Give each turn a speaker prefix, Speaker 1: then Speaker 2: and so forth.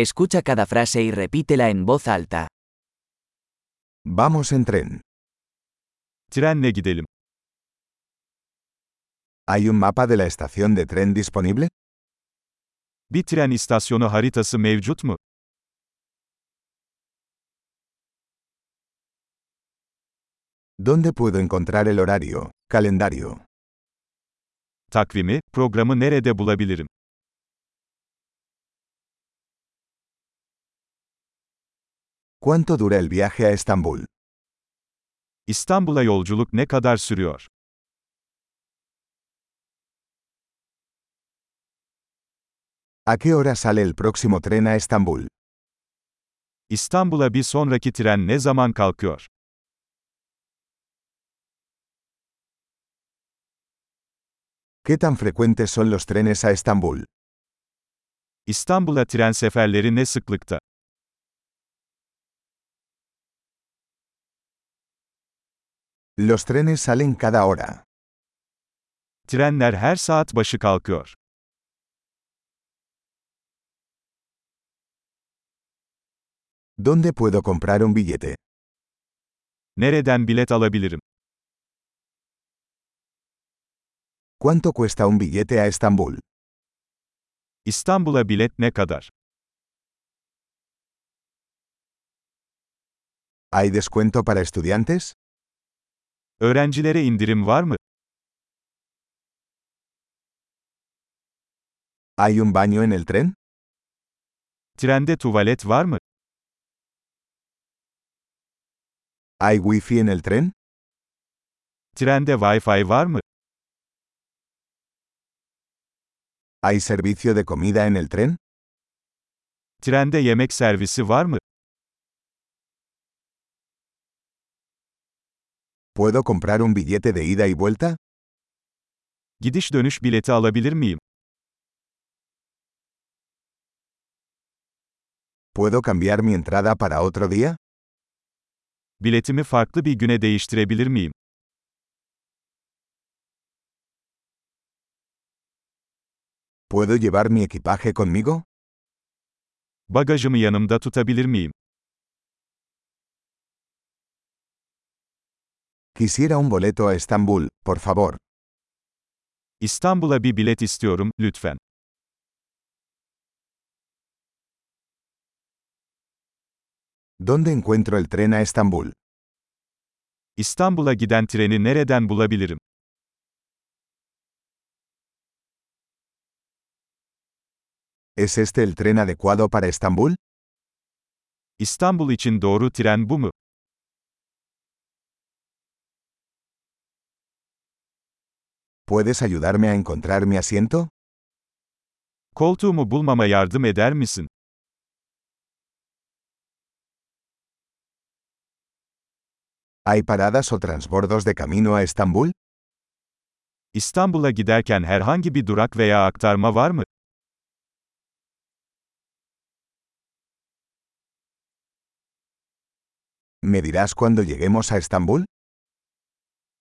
Speaker 1: Escucha cada frase y repítela en voz alta.
Speaker 2: Vamos en tren.
Speaker 3: Trenle gidelim.
Speaker 2: ¿Hay un mapa de la estación de tren disponible?
Speaker 3: Bir tren istasyonu haritası mevcut mu?
Speaker 2: ¿Dónde puedo encontrar el horario, calendario?
Speaker 3: Takvimi, programı nerede bulabilirim?
Speaker 2: ¿Cuánto dura el viaje a Estambul?
Speaker 3: İstanbul'a yolculuk ne kadar sürüyor?
Speaker 2: ¿A qué hora sale el próximo tren a Estambul?
Speaker 3: İstanbul'a bir sonraki tren ne zaman kalkıyor?
Speaker 2: ¿Qué tan frecuentes son los trenes a Estambul?
Speaker 3: İstanbul'a tren seferleri ne sıklıkta?
Speaker 2: Los trenes salen cada hora.
Speaker 3: Trenler her saat başı kalkıyor.
Speaker 2: ¿Dónde puedo comprar un billete?
Speaker 3: Nereden bilet alabilirim?
Speaker 2: ¿Cuánto cuesta un billete a Estambul?
Speaker 3: İstanbul'a bilet ne kadar?
Speaker 2: ¿Hay descuento para estudiantes?
Speaker 3: Öğrencilere indirim var mı?
Speaker 2: ¿Hay un baño en el tren?
Speaker 3: Trende tuvalet var mı?
Speaker 2: ¿Hay wifi en el tren?
Speaker 3: Trende Wi-Fi var mı?
Speaker 2: ¿Hay servicio de comida en el tren?
Speaker 3: Trende yemek servisi var mı?
Speaker 2: ¿Puedo comprar un billete de ida y vuelta?
Speaker 3: Gidiş dönüş bileti alabilir miyim?
Speaker 2: ¿Puedo cambiar mi entrada para otro día?
Speaker 3: Biletimi farklı bir güne değiştirebilir miyim?
Speaker 2: ¿Puedo llevar mi equipaje conmigo?
Speaker 3: Bagajımı yanımda tutabilir miyim?
Speaker 2: Quisiera un boleto a Estambul, por favor.
Speaker 3: İstanbul'a bir bilet istiyorum, lütfen.
Speaker 2: ¿Dónde encuentro el tren a Estambul?
Speaker 3: İstanbul'a giden treni nereden bulabilirim?
Speaker 2: ¿Es este el tren adecuado para Estambul?
Speaker 3: İstanbul için doğru tren bu mu?
Speaker 2: ¿Puedes ayudarme a encontrar mi asiento?
Speaker 3: Koltuğumu bulmama yardım eder misin?
Speaker 2: ¿Hay paradas o transbordos de camino a Estambul?
Speaker 3: İstanbul'a giderken herhangi bir durak veya aktarma var mı?
Speaker 2: ¿Me dirás cuándo lleguemos a Estambul?